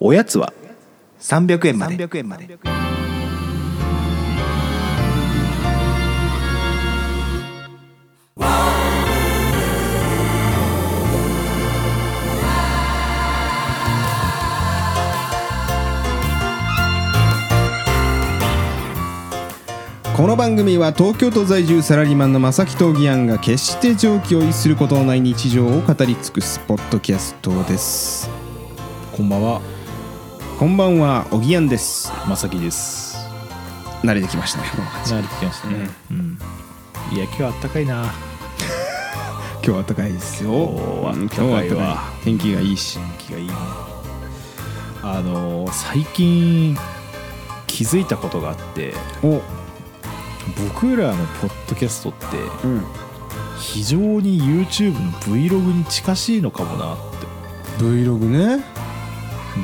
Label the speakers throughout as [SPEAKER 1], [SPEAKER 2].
[SPEAKER 1] おやつは300円まで
[SPEAKER 2] 300円まで
[SPEAKER 3] この番組は東京都在住サラリーマンの正木と義案が決して常軌を逸することのない日常を語り尽くすポッドキャストです
[SPEAKER 4] こんばんは、
[SPEAKER 3] こんばんはおぎやんです
[SPEAKER 4] まさきです。
[SPEAKER 3] 慣れてきましたねこの感じ
[SPEAKER 4] 慣れてきましたね。うん。いや、今日あったかいな。
[SPEAKER 3] 今日は暖かいですよ
[SPEAKER 4] 今日は暖かいわ
[SPEAKER 3] うん今日は暖かい天気がいいし
[SPEAKER 4] 天気がいいね。あのー、最近。気づいたことがあって、
[SPEAKER 3] お
[SPEAKER 4] 僕らのポッドキャストって。
[SPEAKER 3] うん
[SPEAKER 4] 非常に YouTube の Vlog に近しいのかもなって
[SPEAKER 3] Vlog ね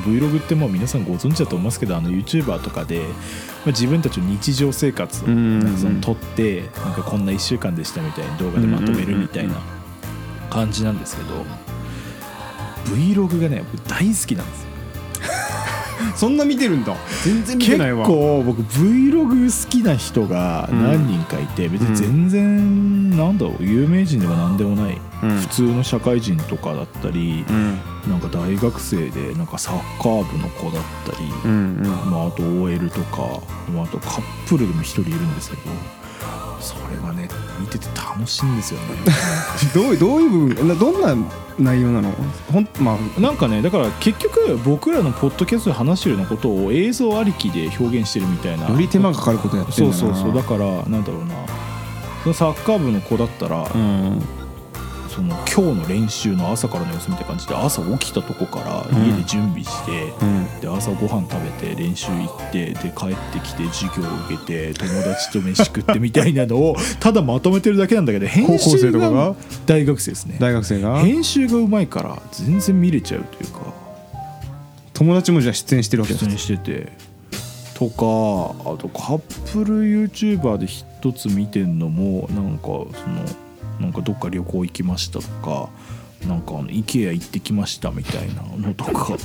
[SPEAKER 4] Vlog ってもう皆さんご存知だと思いますけどあの YouTuber とかで、まあ、自分たちの日常生活を
[SPEAKER 3] うん
[SPEAKER 4] なんかその撮ってなんかこんな1週間でしたみたいな動画でまとめるみたいな感じなんですけど Vlog がね僕大好きなんですよ
[SPEAKER 3] そんな見てるんだ全然見て
[SPEAKER 4] 結
[SPEAKER 3] ないわ
[SPEAKER 4] 構僕 Vlog 好きな人が何人かいて、別に全然なんだろう有名人でも何でもない、
[SPEAKER 3] うん
[SPEAKER 4] 普通の社会人とかだったり、
[SPEAKER 3] うん
[SPEAKER 4] なんか大学生でなんかサッカー部の子だったり、
[SPEAKER 3] うんうん
[SPEAKER 4] まあ、あと OL とか、まあ、あとカップルでも一人いるんですけどそれがね見てて楽しいんですよね
[SPEAKER 3] どうどういう部分などんな内容なのほんまあ
[SPEAKER 4] なんかねだから結局僕らのポッドキャストで話してるようなことを映像ありきで表現してるみたいな
[SPEAKER 3] より手間がかかることやって
[SPEAKER 4] そ
[SPEAKER 3] る
[SPEAKER 4] う
[SPEAKER 3] んだな
[SPEAKER 4] そうそうだからなんだろうなそのサッカー部の子だったら、
[SPEAKER 3] うん
[SPEAKER 4] その今日の練習の朝からの様子みたいな感じで朝起きたとこから家で準備して、
[SPEAKER 3] うん
[SPEAKER 4] で朝ご飯食べて練習行ってで帰ってきて授業受けて友達と飯食ってみたいなのを ただまとめてるだけなんだけど
[SPEAKER 3] 高
[SPEAKER 4] 編
[SPEAKER 3] 校生
[SPEAKER 4] 集
[SPEAKER 3] とか
[SPEAKER 4] が
[SPEAKER 3] が
[SPEAKER 4] 大学生ですね
[SPEAKER 3] 大学生が
[SPEAKER 4] 編集がうまいから全然見れちゃうというか
[SPEAKER 3] 友達もじゃあ出演してるわけ
[SPEAKER 4] 出
[SPEAKER 3] だ
[SPEAKER 4] 演しててとかあとカップル YouTuber で一つ見てんのもなんかそのなんかどっか旅行行きましたとかなんかあの IKEA 行ってきましたみたいなのと か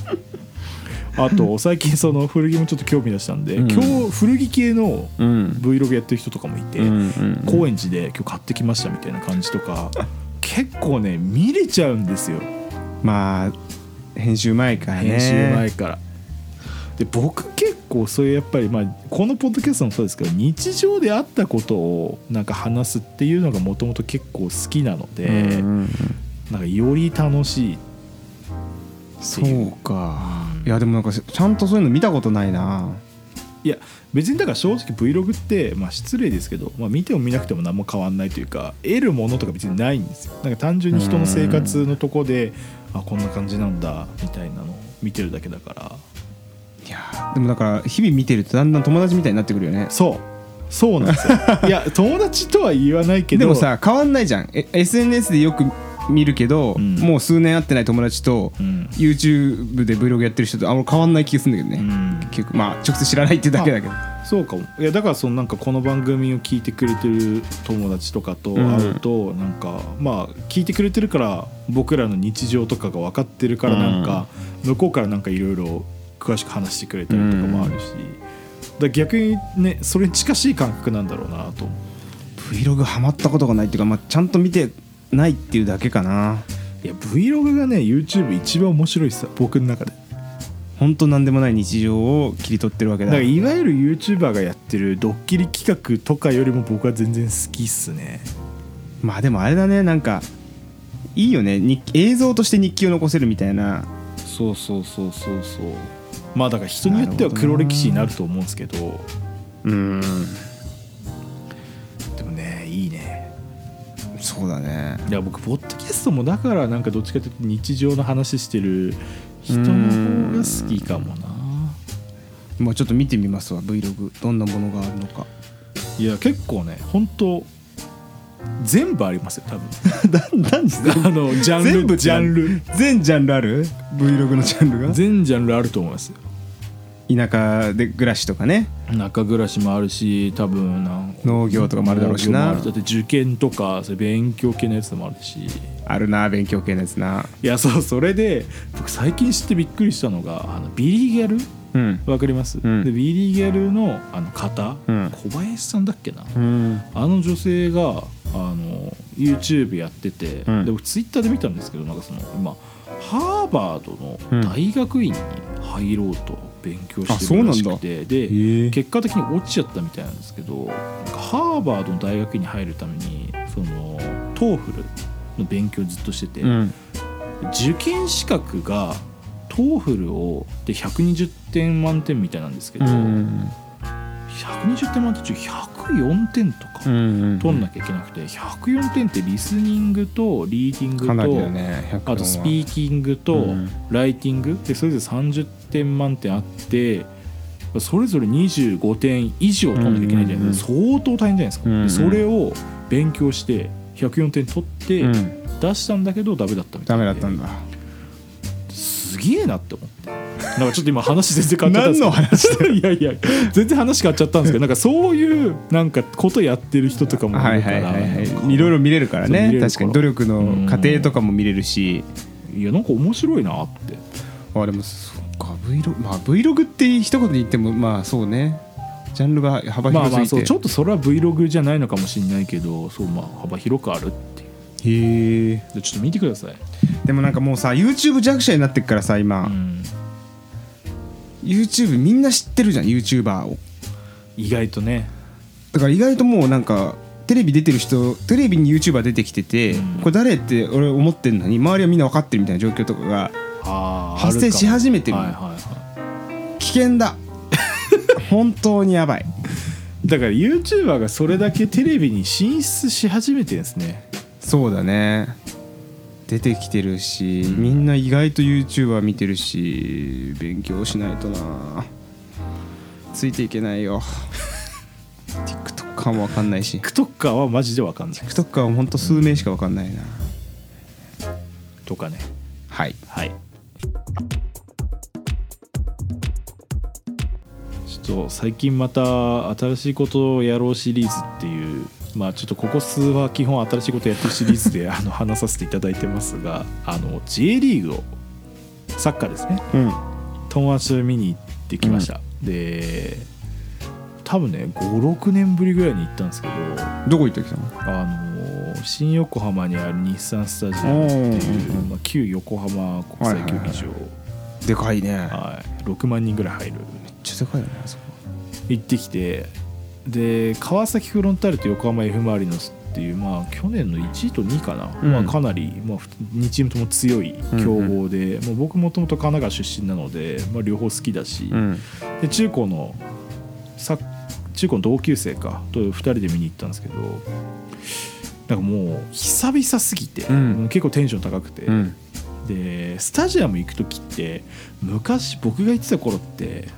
[SPEAKER 4] あと最近その古着もちょっと興味出したんで、
[SPEAKER 3] うん
[SPEAKER 4] 今日古着系の
[SPEAKER 3] うん
[SPEAKER 4] Vlog やってる人とかもいて、
[SPEAKER 3] うんうん
[SPEAKER 4] 高円寺で今日買ってきましたみたいな感じとか結構ね見れちゃうんですよ。
[SPEAKER 3] まあ編集前からね
[SPEAKER 4] 編集前から。で僕結構そういうやっぱり、まあ、このポッドキャストもそうですけど日常であったことをなんか話すっていうのがもともと結構好きなので、
[SPEAKER 3] うんうんうん
[SPEAKER 4] なんかより楽しい
[SPEAKER 3] そうか
[SPEAKER 4] うん
[SPEAKER 3] いやでもなんかちゃんとそういうの見たことないない
[SPEAKER 4] や別にだから正直 Vlog って、まあ、失礼ですけど、まあ、見ても見なくても何も変わんないというか得るものとか別にないんですよなんか単純に人の生活のとこであこんな感じなんだみたいなのを見てるだけだから
[SPEAKER 3] いやでもだから日々見てるとだんだん友達みたいになってくるよね
[SPEAKER 4] そうそうなんですよい や友達とは言わないけど
[SPEAKER 3] でもさ変わんないじゃんえ SNS でよく見るけど、
[SPEAKER 4] ん
[SPEAKER 3] もう数年会ってない友達と、
[SPEAKER 4] うん
[SPEAKER 3] YouTube で Vlog やってる人とあんま変わんない気がするんだけど
[SPEAKER 4] う
[SPEAKER 3] ね、
[SPEAKER 4] ん
[SPEAKER 3] 結局まあ直接知らないってだけだけど
[SPEAKER 4] そうかもいやだからそのなんかこの番組を聞いてくれてる友達とかと会うと、なんかまあ聞いてくれてるから僕らの日常とかが分かってるからなんか、向こうからなんかいろいろ詳しく話してくれたりとかもあるし、だから逆にねそれに近しい感覚なんだろうなと思う
[SPEAKER 3] Vlog ハマったことがないっていうか、まあ、ちゃんと見てないっていうだけかない
[SPEAKER 4] や Vlog がね YouTube 一番面白いさ僕の中で
[SPEAKER 3] 本当なんでもない日常を切り取ってるわけ
[SPEAKER 4] だ
[SPEAKER 3] だ
[SPEAKER 4] からいわゆる YouTuber がやってるドッキリ企画とかよりも僕は全然好きっすね
[SPEAKER 3] まあでもあれだねなんかいいよね日映像として日記を残せるみたいな
[SPEAKER 4] そうそうそうそうそうまあだから人によっては黒歴史になると思うんですけど
[SPEAKER 3] うん
[SPEAKER 4] でもねいいね
[SPEAKER 3] そうだね
[SPEAKER 4] いや僕ポッドキャストもだからなんかどっちかというと日常の話してる人の方が好きかもな
[SPEAKER 3] まあちょっと見てみますわ Vlog どんなものがあるのか
[SPEAKER 4] いや結構ね本当全部ありますよ多分
[SPEAKER 3] 何
[SPEAKER 4] あのジャンル
[SPEAKER 3] 全部
[SPEAKER 4] ジャンル
[SPEAKER 3] 全ジャンルある Vlog のジャンルが
[SPEAKER 4] 全ジャンルあると思いますよ
[SPEAKER 3] 田舎で暮らしとかね
[SPEAKER 4] 中暮らしもあるし多分なん
[SPEAKER 3] 農業とかもあるだろうしな
[SPEAKER 4] 農業もあるだって受験とかそれ勉強系のやつもあるし
[SPEAKER 3] あるな勉強系のやつない
[SPEAKER 4] やそうそれで僕最近知ってびっくりしたのがあのビリーギャル
[SPEAKER 3] うん
[SPEAKER 4] わかります、
[SPEAKER 3] うん
[SPEAKER 4] でビリーギャルのあの方、
[SPEAKER 3] うん
[SPEAKER 4] 小林さんだっけな
[SPEAKER 3] うん
[SPEAKER 4] あの女性があの YouTube やってて、
[SPEAKER 3] うん
[SPEAKER 4] で僕 Twitter で見たんですけどなんかその今ハーバードの大学院に入ろうと勉強してるらしくて、で、
[SPEAKER 3] え
[SPEAKER 4] 結果的に落ちちゃったみたいなんですけどなんかハーバードの大学院に入るためにそのトーフルの勉強をずっとしてて、
[SPEAKER 3] うん
[SPEAKER 4] 受験資格がトーフルをで120点満点みたいなんですけど、
[SPEAKER 3] うん
[SPEAKER 4] 120点満点中104点とか
[SPEAKER 3] うん
[SPEAKER 4] 取んなきゃいけなくて、104点ってリスニングとリーディング
[SPEAKER 3] かなり
[SPEAKER 4] と、
[SPEAKER 3] だね100
[SPEAKER 4] あとスピーキングと
[SPEAKER 3] うん
[SPEAKER 4] ライティングでそれぞれ30点満点あってそれぞれ25点以上取らなきゃいけないじゃないですか、相当大変じゃないですか、
[SPEAKER 3] うんうん
[SPEAKER 4] でそれを勉強して104点取って
[SPEAKER 3] うん
[SPEAKER 4] 出したんだけどダメだったみた
[SPEAKER 3] ダ
[SPEAKER 4] い
[SPEAKER 3] メ
[SPEAKER 4] で
[SPEAKER 3] だったんだ
[SPEAKER 4] すげえなって思ってなんかちょっと今話全然変わっちゃったんですけど
[SPEAKER 3] 何の話
[SPEAKER 4] いやいや全然話変わっちゃったんですけどなんかそういうなんかことやってる人とかもい
[SPEAKER 3] はい
[SPEAKER 4] るか
[SPEAKER 3] はい
[SPEAKER 4] ら
[SPEAKER 3] はい
[SPEAKER 4] なん
[SPEAKER 3] は
[SPEAKER 4] か
[SPEAKER 3] いいろいろ見れるから
[SPEAKER 4] そう見れ
[SPEAKER 3] ね
[SPEAKER 4] るから
[SPEAKER 3] 確かに努力の過程とかも見れるし
[SPEAKER 4] いやなんか面白いなって
[SPEAKER 3] あでもそっか Vlog まあ Vlog って一言で言ってもまあそうねジャンルが幅
[SPEAKER 4] まあまあ
[SPEAKER 3] 広す
[SPEAKER 4] そう
[SPEAKER 3] ぎ
[SPEAKER 4] ち
[SPEAKER 3] て
[SPEAKER 4] ょっとそれは Vlog じゃないのかもしれないけどそうまあ幅広くあるっていう
[SPEAKER 3] へえ
[SPEAKER 4] でちょっと見てください、
[SPEAKER 3] でもなんかもうさ YouTube 弱者になってっからさ今、
[SPEAKER 4] うん、
[SPEAKER 3] YouTube みんな知ってるじゃん YouTuber を
[SPEAKER 4] 意外とね
[SPEAKER 3] だから意外ともうなんかテレビ出てる人テレビに YouTuber 出てきてて、
[SPEAKER 4] うん
[SPEAKER 3] これ誰って俺思ってんのに周りはみんな分かってるみたいな状況とかが
[SPEAKER 4] あー
[SPEAKER 3] 発生し始めてる
[SPEAKER 4] あかもはいはいは
[SPEAKER 3] 危 険だ本当にやばい
[SPEAKER 4] い、だから YouTuber がそれだけテレビに進出し始めてるんですね
[SPEAKER 3] そうだね出てきてるし、
[SPEAKER 4] うん
[SPEAKER 3] みんな意外と YouTuber 見てるし勉強しないとなついていけない よ TikTok かも分かんないし
[SPEAKER 4] TikToker はマジでわかんない
[SPEAKER 3] TikTok はほんと数名しか分かんないな
[SPEAKER 4] とかね
[SPEAKER 3] はい
[SPEAKER 4] はいちょっと最近また新しいことをやろうシリーズっていうまあちょっとここ数は基本新しいことやってるシリーズであの話させていただいてますがあの J リーグをサッカーですね
[SPEAKER 3] うん
[SPEAKER 4] 友達と見に行ってきました、で多分ね56年ぶりぐらいに行ったんですけど
[SPEAKER 3] どこ行ってきたの
[SPEAKER 4] あのー新横浜にある日産スタジアムっていう、
[SPEAKER 3] うん
[SPEAKER 4] まあ、旧横浜国際競技場、
[SPEAKER 3] でかいね
[SPEAKER 4] はい、6万人ぐらい入る
[SPEAKER 3] めっちゃでかいよねあそこ
[SPEAKER 4] 行ってきてで川崎フロンターレと横浜 F ・マリノスっていう、まあ、去年の1位と2位かな、
[SPEAKER 3] うん
[SPEAKER 4] まあ、かなり、まあ、2チームとも強い強豪で、もう僕もともと神奈川出身なので、まあ、両方好きだし、
[SPEAKER 3] ん
[SPEAKER 4] で中高のさ中高の同級生かと2人で見に行ったんですけどなんかもう久々すぎて、
[SPEAKER 3] うん
[SPEAKER 4] もう結構テンション高くて、
[SPEAKER 3] うん
[SPEAKER 4] でスタジアム行く時って昔僕が行ってた頃って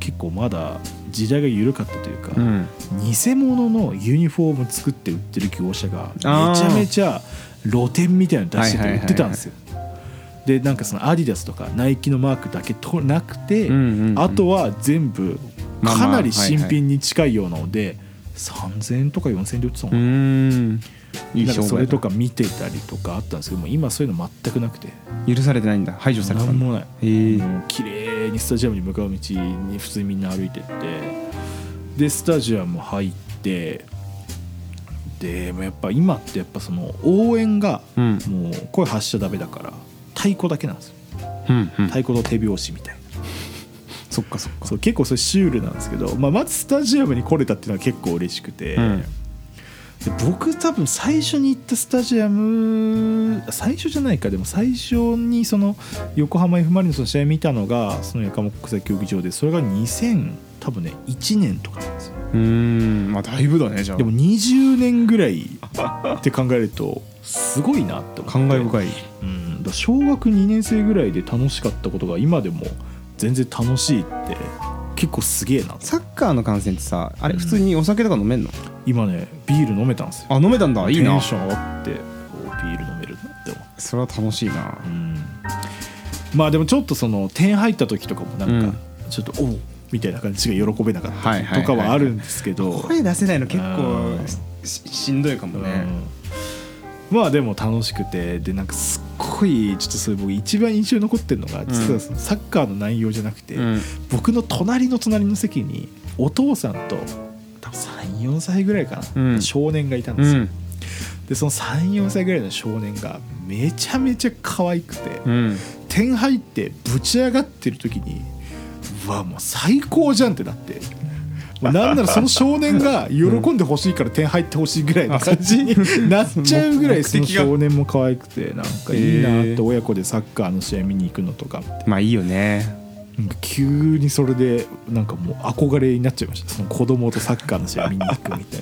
[SPEAKER 4] 結構まだ時代が緩かったというか、
[SPEAKER 3] うん
[SPEAKER 4] 偽物のユニフォーム作って売ってる業者がめち
[SPEAKER 3] あー
[SPEAKER 4] ゃめちゃ露店みたいなの出して
[SPEAKER 3] はい
[SPEAKER 4] て
[SPEAKER 3] はい
[SPEAKER 4] 売
[SPEAKER 3] はい
[SPEAKER 4] ってたんですよ。でなんかそのアディダスとかナイキのマークだけとなくて、
[SPEAKER 3] うんうん
[SPEAKER 4] あとは全部
[SPEAKER 3] まあまあ
[SPEAKER 4] かなり新品に近いようなので、3000円とか4000円で売ってたのか
[SPEAKER 3] う
[SPEAKER 4] な、
[SPEAKER 3] んいい
[SPEAKER 4] なん
[SPEAKER 3] 商
[SPEAKER 4] か
[SPEAKER 3] 売
[SPEAKER 4] それと
[SPEAKER 3] か
[SPEAKER 4] か見てたりとかあったんですけどもう今そういうの全くなくて
[SPEAKER 3] 許されてないんだ排除されてた
[SPEAKER 4] 何
[SPEAKER 3] んだ
[SPEAKER 4] もない。
[SPEAKER 3] へえ
[SPEAKER 4] もう綺麗にスタジアムに向かう道に普通にみんな歩いてってでスタジアム入ってでもうやっぱ今ってやっぱその応援が
[SPEAKER 3] うん
[SPEAKER 4] もう声発しちゃダメだから太鼓だけなんですよ
[SPEAKER 3] うんうん
[SPEAKER 4] 太鼓と手拍子みたいな
[SPEAKER 3] そっかそっか
[SPEAKER 4] そう結構それシュールなんですけど、まあ、まずスタジアムに来れたっていうのは結構嬉しくて、
[SPEAKER 3] うん
[SPEAKER 4] で僕多分最初に行ったスタジアム最初じゃないかでも最初にその横浜 F ・マリノスの試合見たのがその横浜国際競技場でそれが2000多分ね1年とかなんですよ
[SPEAKER 3] うーんまあだいぶだねじゃあ
[SPEAKER 4] でも20年ぐらいって考えるとすごいなって思って
[SPEAKER 3] 感慨深い
[SPEAKER 4] うん、だから小学2年生ぐらいで楽しかったことが今でも全然楽しいって結構すげえなって
[SPEAKER 3] サッカーの観戦ってさあれ
[SPEAKER 4] うん
[SPEAKER 3] 普通にお酒とか飲めんの
[SPEAKER 4] 今ねビール飲めたんですよ
[SPEAKER 3] あ飲めたんだいい
[SPEAKER 4] テ
[SPEAKER 3] な
[SPEAKER 4] ンション上がってこうビール飲めるなって思って
[SPEAKER 3] それは楽しいな
[SPEAKER 4] うんまあでもちょっとその点入った時とかもなんかちょっとおうみたいな感じが喜べなかった
[SPEAKER 3] はいはいはいは
[SPEAKER 4] り
[SPEAKER 3] い
[SPEAKER 4] とかはあるんですけど
[SPEAKER 3] 声出せないの結
[SPEAKER 4] う
[SPEAKER 3] 構ししんどいかも
[SPEAKER 4] うん
[SPEAKER 3] ね
[SPEAKER 4] まあでも楽しくてでなんかすっごいちょっとそれ僕一番印象に残ってるのが実はそのサッカーの内容じゃなくて、
[SPEAKER 3] うん
[SPEAKER 4] 僕の隣の隣の席にお父さんと多分34歳ぐらいかな、
[SPEAKER 3] うん
[SPEAKER 4] 少年がいたん
[SPEAKER 3] う
[SPEAKER 4] ですよ、
[SPEAKER 3] ん
[SPEAKER 4] でその34歳ぐらいの少年がめちゃめちゃ可愛くて、
[SPEAKER 3] うん
[SPEAKER 4] 点入ってぶち上がってる時にうわもう最高じゃんってなってもうなんならその少年が喜んでほしいから点入ってほしいぐらいの感じになっちゃうぐらいその少年も可愛くてなんかいいなって親子でサッカーの試合見に行くのとかって
[SPEAKER 3] まあいいよね
[SPEAKER 4] なんか急にそれでなんかもう憧れになっちゃいましたその子供とサッカーの試合見に行くみたい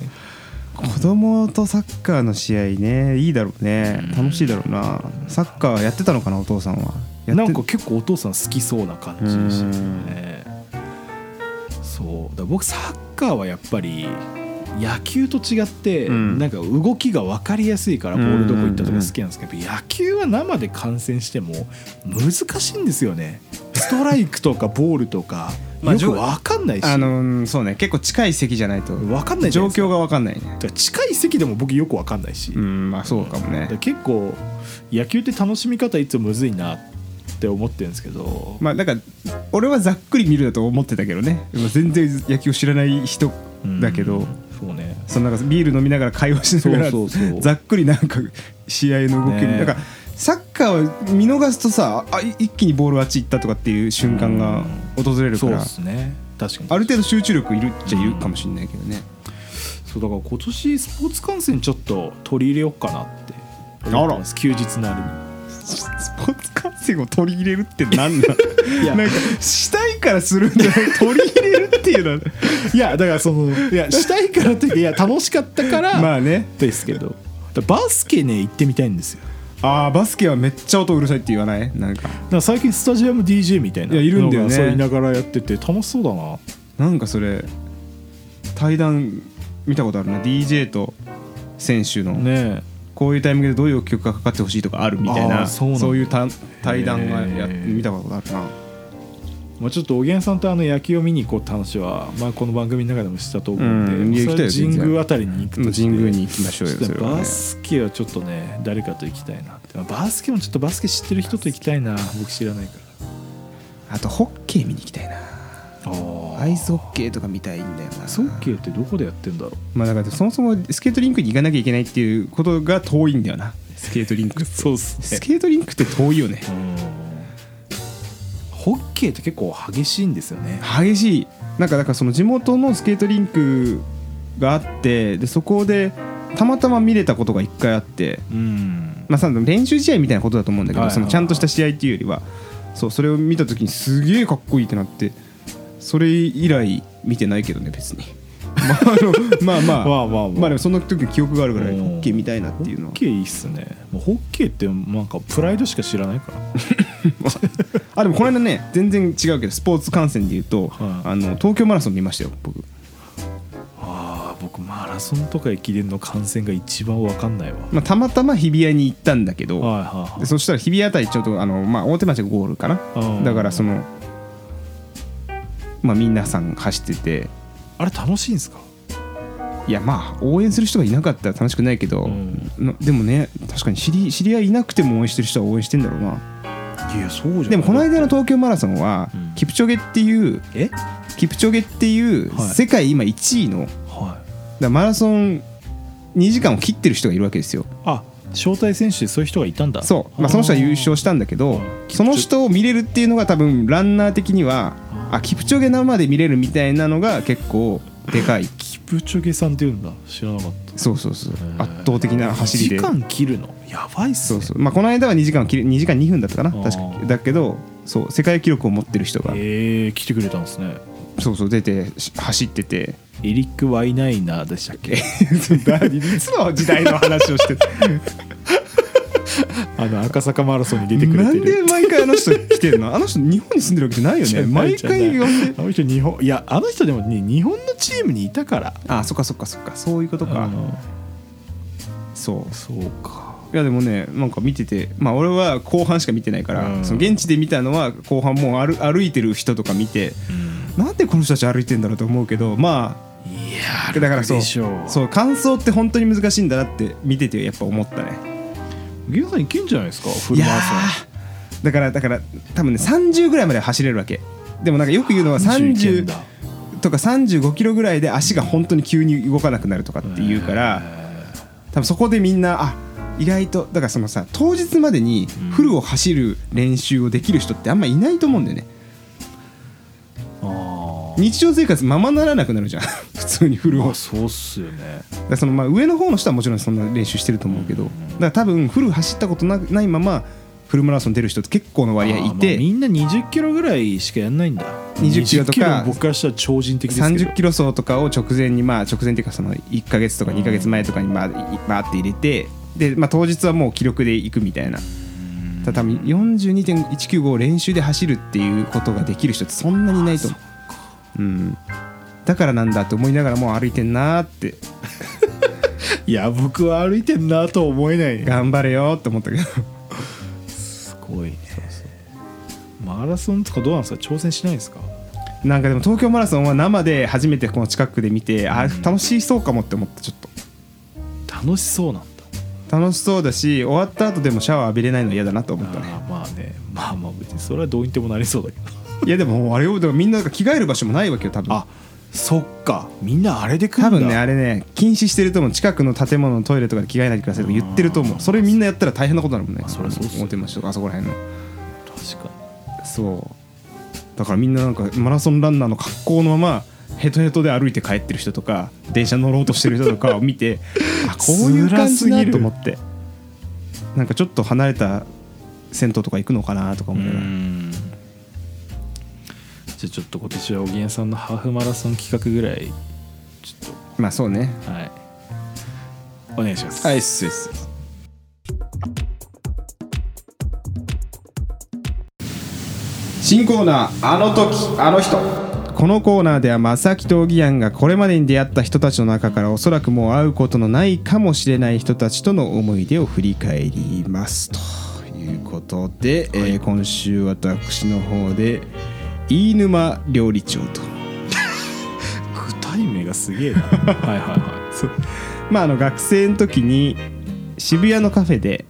[SPEAKER 4] な。
[SPEAKER 3] 子供とサッカーの試合ねいいだろうね楽しいだろうなサッカーやってたのかなお父さんはやって
[SPEAKER 4] なんか結構お父さん好きそうな感じでしたねそうだから僕サッカーはやっぱり野球と違って
[SPEAKER 3] うん
[SPEAKER 4] なんか動きが分かりやすいからボールどこ行ったとか好きなんですけどやっぱ野球は生で観戦しても難しいんですよねストライクとかボールとか
[SPEAKER 3] まあ
[SPEAKER 4] よく分かんないし
[SPEAKER 3] あ
[SPEAKER 4] 分
[SPEAKER 3] のうんそうね結構近い席じゃないと
[SPEAKER 4] かんないじゃ
[SPEAKER 3] 状
[SPEAKER 4] ないですか
[SPEAKER 3] 況が分かんないね
[SPEAKER 4] だから近い席でも僕よく分かんないし
[SPEAKER 3] うんまあそうかも
[SPEAKER 4] だ
[SPEAKER 3] ね
[SPEAKER 4] から結構野球って楽しみ方いつもむずいなって思ってるんですけど
[SPEAKER 3] まあなんか俺はざっくり見るだと思ってたけどねまあ全然野球を知らない人だけど、
[SPEAKER 4] うんそうね
[SPEAKER 3] そのなんかビール飲みながら会話しながら
[SPEAKER 4] そうそうそう
[SPEAKER 3] ざっくりなんか試合の動きを見
[SPEAKER 4] ね
[SPEAKER 3] なんかサッカーは見逃すとさあい一気にボールあっち行ったとかっていう瞬間が訪れるか
[SPEAKER 4] そう
[SPEAKER 3] ら、
[SPEAKER 4] ですね確かに
[SPEAKER 3] ある程度集中力いるっちゃいるかもしれないけどね、
[SPEAKER 4] そうだから今年スポーツ観戦ちょっと取り入れようかなって思ってます休日のあ
[SPEAKER 3] スポーツ観戦を取り入れるって何な
[SPEAKER 4] いや
[SPEAKER 3] なんかしたいからするんじゃない取り入れるっていうのは
[SPEAKER 4] るいやだからそのいや したいからっていや楽しかったから
[SPEAKER 3] まあね
[SPEAKER 4] ですけどだからバスケね行ってみたいんですよ
[SPEAKER 3] あーバスケはめっちゃ音うるさいって言わないなんか
[SPEAKER 4] だから最近スタジアム DJ みたいない
[SPEAKER 3] やいるんだよ
[SPEAKER 4] の
[SPEAKER 3] ね
[SPEAKER 4] がそう言いながらやってて楽しそうだな
[SPEAKER 3] なんかそれ対談見たことあるな DJ と選手の、
[SPEAKER 4] ね
[SPEAKER 3] こういうタイミングでどういう曲がかかってほしいとかあるみたい
[SPEAKER 4] あ
[SPEAKER 3] な
[SPEAKER 4] ー
[SPEAKER 3] そ
[SPEAKER 4] そううなんだ
[SPEAKER 3] いうた対談がや
[SPEAKER 4] へー
[SPEAKER 3] 見たことあるな
[SPEAKER 4] まあ、ちょっとおげんさんとあの野球を見に行こうって話は、まあ、この番組の中でもしたと思うんで、
[SPEAKER 3] うんいや行きたいよ
[SPEAKER 4] それは神宮あたりに行くとして
[SPEAKER 3] 神宮に行きましょうよ
[SPEAKER 4] ちょっ
[SPEAKER 3] そ
[SPEAKER 4] と
[SPEAKER 3] れはね
[SPEAKER 4] バスケはちょっとね誰かと行きたいなってまあバスケもちょっとバスケ知ってる人と行きたいな僕知らないか
[SPEAKER 3] あとホッケー見に行きたいな
[SPEAKER 4] らあ
[SPEAKER 3] アイスホッケーとか見たいんだよな
[SPEAKER 4] アイスホッケーってどこでやってんだろう
[SPEAKER 3] まあだからそもそもスケートリンクに行かなきゃいけないっていうことが遠いんだよなスケートリンク
[SPEAKER 4] そうっす
[SPEAKER 3] スケートリンクって遠いよね
[SPEAKER 4] ホッケーって結構激しいんですよね
[SPEAKER 3] 激しいなんかだからその地元のスケートリンクがあってでそこでたまたま見れたことが1回あって
[SPEAKER 4] うん
[SPEAKER 3] まあ、さ練習試合みたいなことだと思うんだけど、
[SPEAKER 4] はいはい
[SPEAKER 3] そのちゃんとした試合っていうよりはそうそれを見た時にすげえかっこいいってなってそれ以来見てないけどね別に まああのまあま
[SPEAKER 4] ま
[SPEAKER 3] あ
[SPEAKER 4] あまあまあ
[SPEAKER 3] まあでもそんな時の記憶があるぐらい
[SPEAKER 4] うん
[SPEAKER 3] ホッケー見たいなっていう
[SPEAKER 4] ホ
[SPEAKER 3] のは
[SPEAKER 4] ッ ケーいいっすねもうホッケーってなんかプライドしか知らないから
[SPEAKER 3] あでもこの間ね全然違うけどスポーツ観戦でいうと、
[SPEAKER 4] はい
[SPEAKER 3] あの東京マラソン見ましたよ僕
[SPEAKER 4] あー僕マラソンとか駅伝の観戦が一番わかんないわ
[SPEAKER 3] まあ、たまたま日比谷に行ったんだけど、
[SPEAKER 4] はいはいは
[SPEAKER 3] で
[SPEAKER 4] い
[SPEAKER 3] そしたら日比谷あたりちょっとあの、まあ、大手町がゴールかな
[SPEAKER 4] うん
[SPEAKER 3] だからそのまあ皆さん走ってて
[SPEAKER 4] あれ楽しいんですか
[SPEAKER 3] いやまあ応援する人がいなかったら楽しくないけど、
[SPEAKER 4] うん
[SPEAKER 3] なでもね確かに知り知り合いいなくても応援してる人は応援してんだろうない
[SPEAKER 4] やそうじゃない
[SPEAKER 3] でもこの間の東京マラソンは、
[SPEAKER 4] うん
[SPEAKER 3] キプチョゲっていう
[SPEAKER 4] え
[SPEAKER 3] キプチョゲっていう
[SPEAKER 4] はい
[SPEAKER 3] 世界今1位の、だか
[SPEAKER 4] はい
[SPEAKER 3] らマラソン2時間を切ってる人がいるわけですよ
[SPEAKER 4] あ招待選手でそういう人がいたんだ
[SPEAKER 3] そう、まあ、その人は優勝したんだけど
[SPEAKER 4] うん
[SPEAKER 3] その人を見れるっていうのが多分ランナー的にはあキプチョゲ生で見れるみたいなのが結構でかい
[SPEAKER 4] キプチョゲさんっていうんだ知らなかっ
[SPEAKER 3] そうそうそう
[SPEAKER 4] た
[SPEAKER 3] 圧倒的な走りで
[SPEAKER 4] 時間切るのやばいっす
[SPEAKER 3] そ
[SPEAKER 4] ね
[SPEAKER 3] うそう、まあ、この間は2時間を切る2時間2分だったかな
[SPEAKER 4] あー
[SPEAKER 3] 確かだけどそう世界記録を持ってる人が、
[SPEAKER 4] えー、来てくれたんですね
[SPEAKER 3] そうそう出てし走っ てて
[SPEAKER 4] エリック・ワイナイナーでしたっ け
[SPEAKER 3] いつの時代の話 をしてて
[SPEAKER 4] あの赤坂マラソンに出てくれ
[SPEAKER 3] な
[SPEAKER 4] て
[SPEAKER 3] ん
[SPEAKER 4] る
[SPEAKER 3] で毎回あの人来てるのあの人日本に住んでるわけじゃないよ
[SPEAKER 4] じゃ
[SPEAKER 3] ね
[SPEAKER 4] ない
[SPEAKER 3] 毎
[SPEAKER 4] じゃな
[SPEAKER 3] 回
[SPEAKER 4] い
[SPEAKER 3] 呼んで
[SPEAKER 4] あの人日本いやあの人でもね日本のチームにいたから
[SPEAKER 3] あーそっかそっかそっかそういうことか
[SPEAKER 4] うん
[SPEAKER 3] そう
[SPEAKER 4] そうか
[SPEAKER 3] いやでもねなんか見ててまあ俺は後半しか見てないから、
[SPEAKER 4] うん
[SPEAKER 3] その現地で見たのは後半もう歩歩いてる人とか見てなんでこの人たち歩いてんだろうと思うけどまあ
[SPEAKER 4] いやー
[SPEAKER 3] だからそう
[SPEAKER 4] 楽でしょう
[SPEAKER 3] そう感想って本当に難しいんだなって見ててやっぱ思ったね
[SPEAKER 4] ゲンさんいけんじゃないですかフ
[SPEAKER 3] い
[SPEAKER 4] ル
[SPEAKER 3] や
[SPEAKER 4] マラソン
[SPEAKER 3] ーだからだから多分ね30ぐらいまでは走れるわけでもなんかよく言うのは
[SPEAKER 4] 30いけん
[SPEAKER 3] 30
[SPEAKER 4] だ
[SPEAKER 3] とか35キロぐらいで足が本当に急に動かなくなるとかっていうから多分そこでみんなあ意外とだからそのさ当日までにフルを走る練習をできる人ってあんまいないと思うんだよね
[SPEAKER 4] あ
[SPEAKER 3] 日常生活ままならなくなるじゃん 普通にフル
[SPEAKER 4] ー
[SPEAKER 3] を
[SPEAKER 4] あそうっすよね
[SPEAKER 3] だからそのまあ上の方の人はもちろんそんな練習してると思うけどだから多分フル走ったことなないままフルマラソン出る人って結構の割合
[SPEAKER 4] あー
[SPEAKER 3] い
[SPEAKER 4] まあみ
[SPEAKER 3] て
[SPEAKER 4] んな20キロぐらいしかやんないんだ
[SPEAKER 3] 20キロとか
[SPEAKER 4] も僕からしたら超人的ですけど
[SPEAKER 3] 30キロ走とかを直前にまあ直前っていうかその1ヶ月とか2ヶ月前とかにまあいバーって入れてでまあ当日はもう記録で行くみたいなただ多分42.195を練習で走るっていうことができる人ってそんなにいないと思う、うん、だからなんだって思いながらもう歩いてんなーって
[SPEAKER 4] いや僕は歩いてんなとは思えないね
[SPEAKER 3] 頑張れよーって思ったけど
[SPEAKER 4] すごいねマラソンとかどうなんですか挑戦しないんですか
[SPEAKER 3] なんかでも東京マラソンは生で初めてこの近くで見てあー楽しそうかもって思ったちょっと
[SPEAKER 4] 楽しそうなんだ
[SPEAKER 3] 楽しそうだし終わった後でもシャワー浴びれないの嫌だなと思ったね
[SPEAKER 4] あーまあねまあまあ別にそれはどうにでもなりそうだけど
[SPEAKER 3] いやでもあれをでもみんなが着替える場所もないわけよ多分
[SPEAKER 4] あそっかみんなあれで来るんだ
[SPEAKER 3] 多分ねあれね禁止してると思う近くの建物のトイレとかで着替えないでくださいとか言ってると思うそれみんなやったら大変なことになるもんね
[SPEAKER 4] あそりゃそうっすよ
[SPEAKER 3] 表町とかあそこら辺の
[SPEAKER 4] 確か
[SPEAKER 3] そうだからみんななんかマラソンランナーの格好のままヘトヘトで歩いて帰ってる人とか電車乗ろうとしてる人とかを見 てあこういう感じ
[SPEAKER 4] 辛すぎ
[SPEAKER 3] だ
[SPEAKER 4] る
[SPEAKER 3] と思ってなんかちょっと離れた銭湯とか行くのかなとか思
[SPEAKER 4] に
[SPEAKER 3] いながら
[SPEAKER 4] んじゃあちょっと今年はおぎんさんのハーフマラソン企画ぐらいちょっ
[SPEAKER 3] まあそうね
[SPEAKER 4] とはいお願いします
[SPEAKER 3] はいっすっす新コーナーあの時あの人このコーナーでは正木とおぎやんがこれまでに出会った人たちの中からおそらくもう会うことのないかもしれない人たちとの思い出を振り返りますということで、えー今週私の方で飯沼料理長と
[SPEAKER 4] 具体名がすげえなはいはいはい
[SPEAKER 3] まああの学生の時に渋谷のカフェで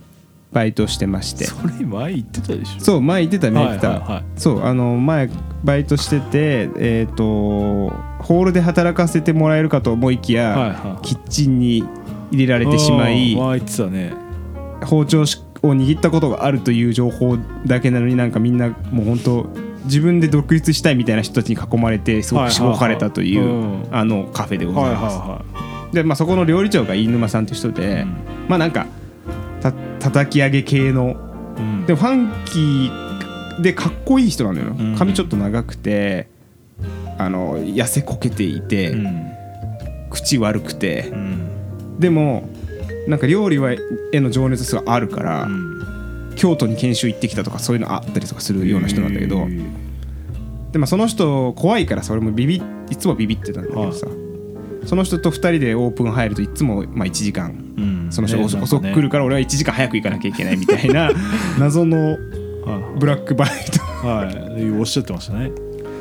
[SPEAKER 3] バイトしてまして
[SPEAKER 4] それ前言ってたでしょ
[SPEAKER 3] そう前言ってたね
[SPEAKER 4] はい
[SPEAKER 3] 言って
[SPEAKER 4] はい
[SPEAKER 3] た
[SPEAKER 4] は
[SPEAKER 3] そうあの前バイトしててえっ、とホールで働かせてもらえるかと思いきや、
[SPEAKER 4] はいはい
[SPEAKER 3] キッチンに入れら
[SPEAKER 4] い
[SPEAKER 3] れてしまい
[SPEAKER 4] あー前言ってたね
[SPEAKER 3] 包丁を握ったことがあるという情報だけなのになんかみんなもう本当自分で独立したいみたいな人たちに囲まれてすご
[SPEAKER 4] はい
[SPEAKER 3] く
[SPEAKER 4] はい
[SPEAKER 3] し
[SPEAKER 4] はい
[SPEAKER 3] ごかれたという、
[SPEAKER 4] うん
[SPEAKER 3] あのカフェでございます、
[SPEAKER 4] い
[SPEAKER 3] で、まあ、そこの料理長が飯沼さんという人で、
[SPEAKER 4] うん
[SPEAKER 3] まあなんかた叩き上げ系の
[SPEAKER 4] うん
[SPEAKER 3] でもファンキーでかっこいい人なのよ、
[SPEAKER 4] うん
[SPEAKER 3] 髪ちょっと長くてあの痩せこけていて、
[SPEAKER 4] うん
[SPEAKER 3] 口悪くて
[SPEAKER 4] うん
[SPEAKER 3] でもなんか料理はへの情熱があるから、
[SPEAKER 4] うん
[SPEAKER 3] 京都に研修行ってきたとかそういうのあったりとかするような人なんだけど、
[SPEAKER 4] へー
[SPEAKER 3] でまあその人怖いからそれもビビいつもビビってたんだけどさ、その人と2人でオープン入るといつもまあ1時間
[SPEAKER 4] うん
[SPEAKER 3] その人
[SPEAKER 4] ね
[SPEAKER 3] 遅
[SPEAKER 4] なん
[SPEAKER 3] 遅
[SPEAKER 4] か
[SPEAKER 3] く
[SPEAKER 4] ね
[SPEAKER 3] 来るから俺は1時間早く行かなきゃいけないみたい な謎の
[SPEAKER 4] は
[SPEAKER 3] ブラックバイト
[SPEAKER 4] いはいおっしゃってましたね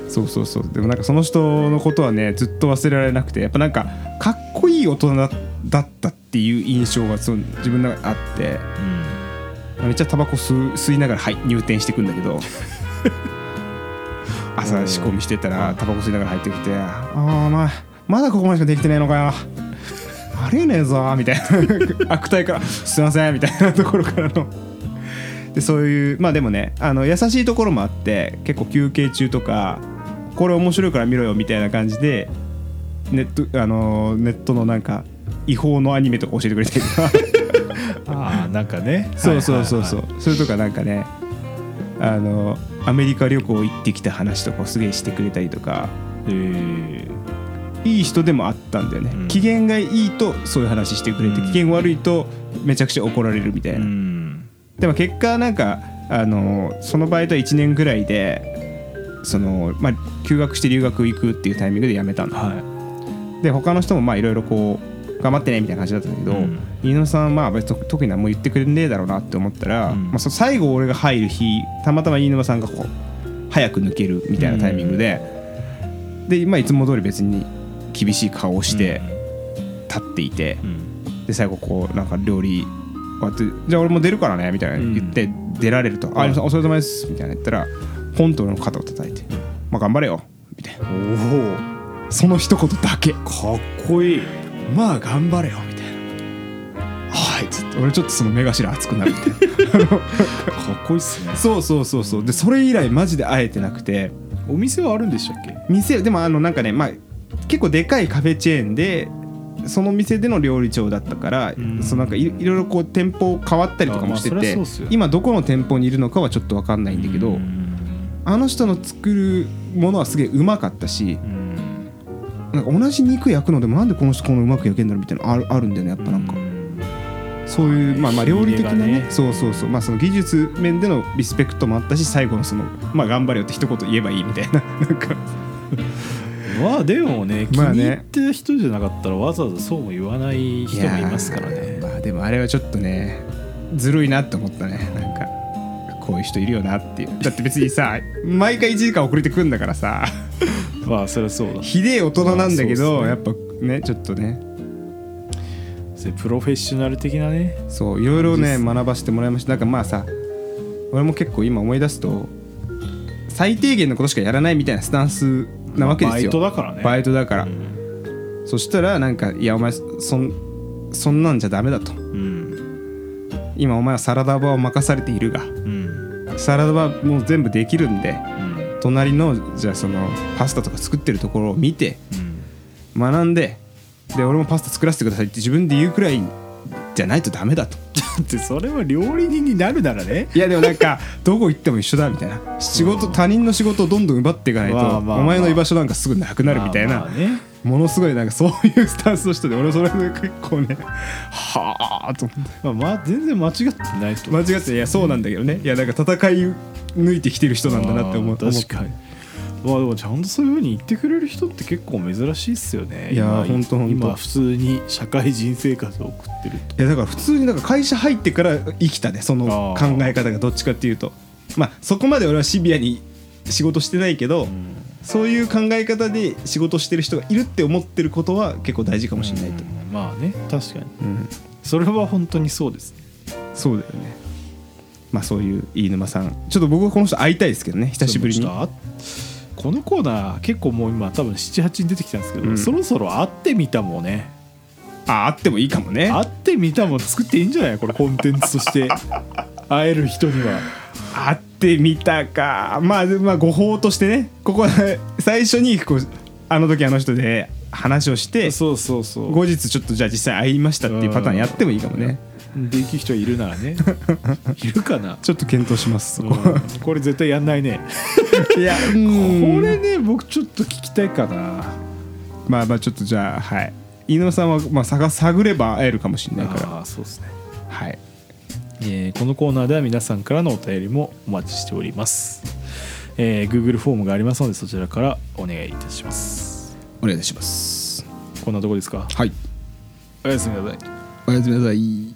[SPEAKER 3] そうそうそうでもなんかその人のことはねずっと忘れられなくてやっぱなんかかっこいい大人だったっていう印象がその自分の中にあって
[SPEAKER 4] うん
[SPEAKER 3] めっちゃタバコ吸う吸いながら、はい、入店してくんだけど朝仕込みしてたらタバコ吸いながら入ってきて「ああお前まだここまでしかできてないのかよ」「ありえねえぞ」みたいな 悪態から「すいません」みたいなところからの。でそういうまあでもねあの優しいところもあって結構休憩中とかこれ面白いから見ろよみたいな感じでネット,、あのネットのなんか違法のアニメとか教えてくれてるから。
[SPEAKER 4] ああなんか ね
[SPEAKER 3] そうそうそうそう
[SPEAKER 4] は
[SPEAKER 3] それとかなんかねあのアメリカ旅行行ってきた話とかをすげえしてくれたりとか
[SPEAKER 4] いはいはいえ
[SPEAKER 3] いい人でもあったんだよね、
[SPEAKER 4] うん
[SPEAKER 3] 機嫌がいいとそういう話してくれて、
[SPEAKER 4] うん
[SPEAKER 3] 機嫌悪いとめちゃくちゃ怒られるみたい
[SPEAKER 4] ー
[SPEAKER 3] な、
[SPEAKER 4] うん
[SPEAKER 3] でも結果なんかあのそのバイトは1年ぐらいでそのまあ休学して留学行くっていうタイミングで辞めたんだ、
[SPEAKER 4] は
[SPEAKER 3] で他の人もまあいろいろこう頑張ってねみたいな感じだったんだけど、
[SPEAKER 4] うん
[SPEAKER 3] 飯野さんはまあ別に特に何も言ってくれねえだろうなって思ったら、
[SPEAKER 4] うん
[SPEAKER 3] まあ、その最後俺が入る日たまたま飯沼さんがこう早く抜けるみたいなタイミングで、で、まあ、いつも通り別に厳しい顔を
[SPEAKER 4] い
[SPEAKER 3] して立っていて、
[SPEAKER 4] うん
[SPEAKER 3] で最後こうなんか料理こうやって「じゃあ俺も出るからね」みたいな言って出られると「あ有馬さんお疲れ様です」みたいな言ったら本当の肩を叩いて「まあ頑張れよ」みたいな
[SPEAKER 4] おお
[SPEAKER 3] その一言だけ「
[SPEAKER 4] かっこいい
[SPEAKER 3] まあ頑張れよ」みたいな「はい」つって俺ちょっとその目頭熱くなるみたいな。
[SPEAKER 4] かっこいいっすね
[SPEAKER 3] そうそうそうそうでそれ以来マジで会えてなくて
[SPEAKER 4] お店はあるんでしたっけ
[SPEAKER 3] 店でもあのなんかねまあ結構でかいカフェチェーンでその店での料理長だったから、
[SPEAKER 4] うん
[SPEAKER 3] そのなんかいいろいろこう店舗変わったりとかもして
[SPEAKER 4] あまあそり
[SPEAKER 3] て、
[SPEAKER 4] ゃそうっすよ
[SPEAKER 3] 今どこの店舗にいるのかはちょっと分かんないんだけど、
[SPEAKER 4] うん
[SPEAKER 3] あの人の作るものはすげえうまかったし
[SPEAKER 4] うん
[SPEAKER 3] なんか同じ肉焼くのでもなんでこの人このうまく焼けんだろうみたいなのあるあるんだよねやっぱなんか、そういうまあまあ料理的な
[SPEAKER 4] 仕入れ
[SPEAKER 3] ね
[SPEAKER 4] がね
[SPEAKER 3] そうそうそうまあその技術面でのリスペクトもあったし最後のそのまあ頑張れよって一言言えばいいみたいな なんか
[SPEAKER 4] まあでもね気
[SPEAKER 3] まあね
[SPEAKER 4] に入ってた人じゃなかったらわざわざそうも言わない人もいますから
[SPEAKER 3] いやー
[SPEAKER 4] ね
[SPEAKER 3] まあでもあれはちょっとねずるいなって思ったねなんかこういう人いるよなっていうだって別 にさ毎回1時間遅れてくんだからさ
[SPEAKER 4] まあそりゃそうだ
[SPEAKER 3] ひでえ大人なんだけど、
[SPEAKER 4] ま
[SPEAKER 3] や
[SPEAKER 4] あ
[SPEAKER 3] っぱねちょっとね
[SPEAKER 4] それプロフェッショナル的なね
[SPEAKER 3] そういろいろ
[SPEAKER 4] です
[SPEAKER 3] ね
[SPEAKER 4] ね
[SPEAKER 3] 学ばせてもらいましたなんかまあさ俺も結構今思い出すと最低限のことしかやらないみたいなスタンスなわけですよ、
[SPEAKER 4] まあバイトだからね
[SPEAKER 3] バイトだから、
[SPEAKER 4] うん
[SPEAKER 3] そしたらなんか「いやお前そんそんなんじゃダメだ」と
[SPEAKER 4] うん
[SPEAKER 3] 「今お前はサラダバーを任されているが
[SPEAKER 4] うん
[SPEAKER 3] サラダバーもう全部できるんで
[SPEAKER 4] うん
[SPEAKER 3] 隣のじゃあそのパスタとか作ってるところを見て
[SPEAKER 4] うん
[SPEAKER 3] 学んでで俺もパスタ作らせてくださいって自分で言うくらいじゃないとダメだと
[SPEAKER 4] だってそれは料理人になるならね
[SPEAKER 3] いやでもなんか どこ行っても一緒だみたいな仕事他人の仕事をどんどん奪っていかないと
[SPEAKER 4] まあまあまあ
[SPEAKER 3] お前の居場所なんかすぐなくなるみたい
[SPEAKER 4] まあ
[SPEAKER 3] な
[SPEAKER 4] まあね
[SPEAKER 3] ものすごいなんかそういうスタンスの人で俺はそれで結構ねはあと思って
[SPEAKER 4] まあ、まあ、全然間違ってないと
[SPEAKER 3] 間違っていやそうなんだけどねいやなんか戦い抜いてきてる人なんだなって思う
[SPEAKER 4] あー確かにまあでもちゃんとそういうふうに言ってくれる人って結構珍しいっすよね
[SPEAKER 3] いやー
[SPEAKER 4] 今
[SPEAKER 3] ほんとほんと
[SPEAKER 4] 今普通に社会人生活を送ってる
[SPEAKER 3] いやだから普通になんか会社入ってから生きたねその
[SPEAKER 4] あ
[SPEAKER 3] 考
[SPEAKER 4] ー
[SPEAKER 3] え方がどっちかっていうとまあそこまで俺はシビアに仕事してないけど、そういう考え方で仕事してる人がいるって思ってることは結構大事かもしれないと、
[SPEAKER 4] うんまあね確かに
[SPEAKER 3] うん
[SPEAKER 4] それは本当にそうですね
[SPEAKER 3] そうだよねまあそういう飯沼さんちょっと僕はこの人会いたいですけどね久しぶり
[SPEAKER 4] ち
[SPEAKER 3] に
[SPEAKER 4] ょっとあこのコーナー結構もう今多分78人出てきたんですけど、
[SPEAKER 3] うん
[SPEAKER 4] そろそろ会ってみたもね
[SPEAKER 3] あ会ってもいいかもね
[SPEAKER 4] 会ってみたも作っていいんじゃないこれコンテンツとして会える人には
[SPEAKER 3] 会ってみたかまあ、でまあ誤報としてねここは最初にこうあの時あの人で話をして
[SPEAKER 4] そうそうそう
[SPEAKER 3] 後日ちょっとじゃあ実際会いましたっていうパターンやってもいいかもね
[SPEAKER 4] できる人いるなら ねいるかな、
[SPEAKER 3] ちょっと検討しますそこ
[SPEAKER 4] うんこれ絶対やんないね
[SPEAKER 3] いやこ
[SPEAKER 4] これ
[SPEAKER 3] れ
[SPEAKER 4] ね僕ちょっと聞きたいかな
[SPEAKER 3] まあまあちょっとじゃあはい飯沼さんは、まあ、探探れば会えるかもしれないから
[SPEAKER 4] あーそうですね、
[SPEAKER 3] はい
[SPEAKER 4] えーこのコーナーでは皆さんからのお便りもお待ちしております、えー Google フォームがありますのでそちらからお願いいたします
[SPEAKER 3] お願いします
[SPEAKER 4] こんなとこですか
[SPEAKER 3] はい
[SPEAKER 4] おやすみなさい
[SPEAKER 3] おやすみなさい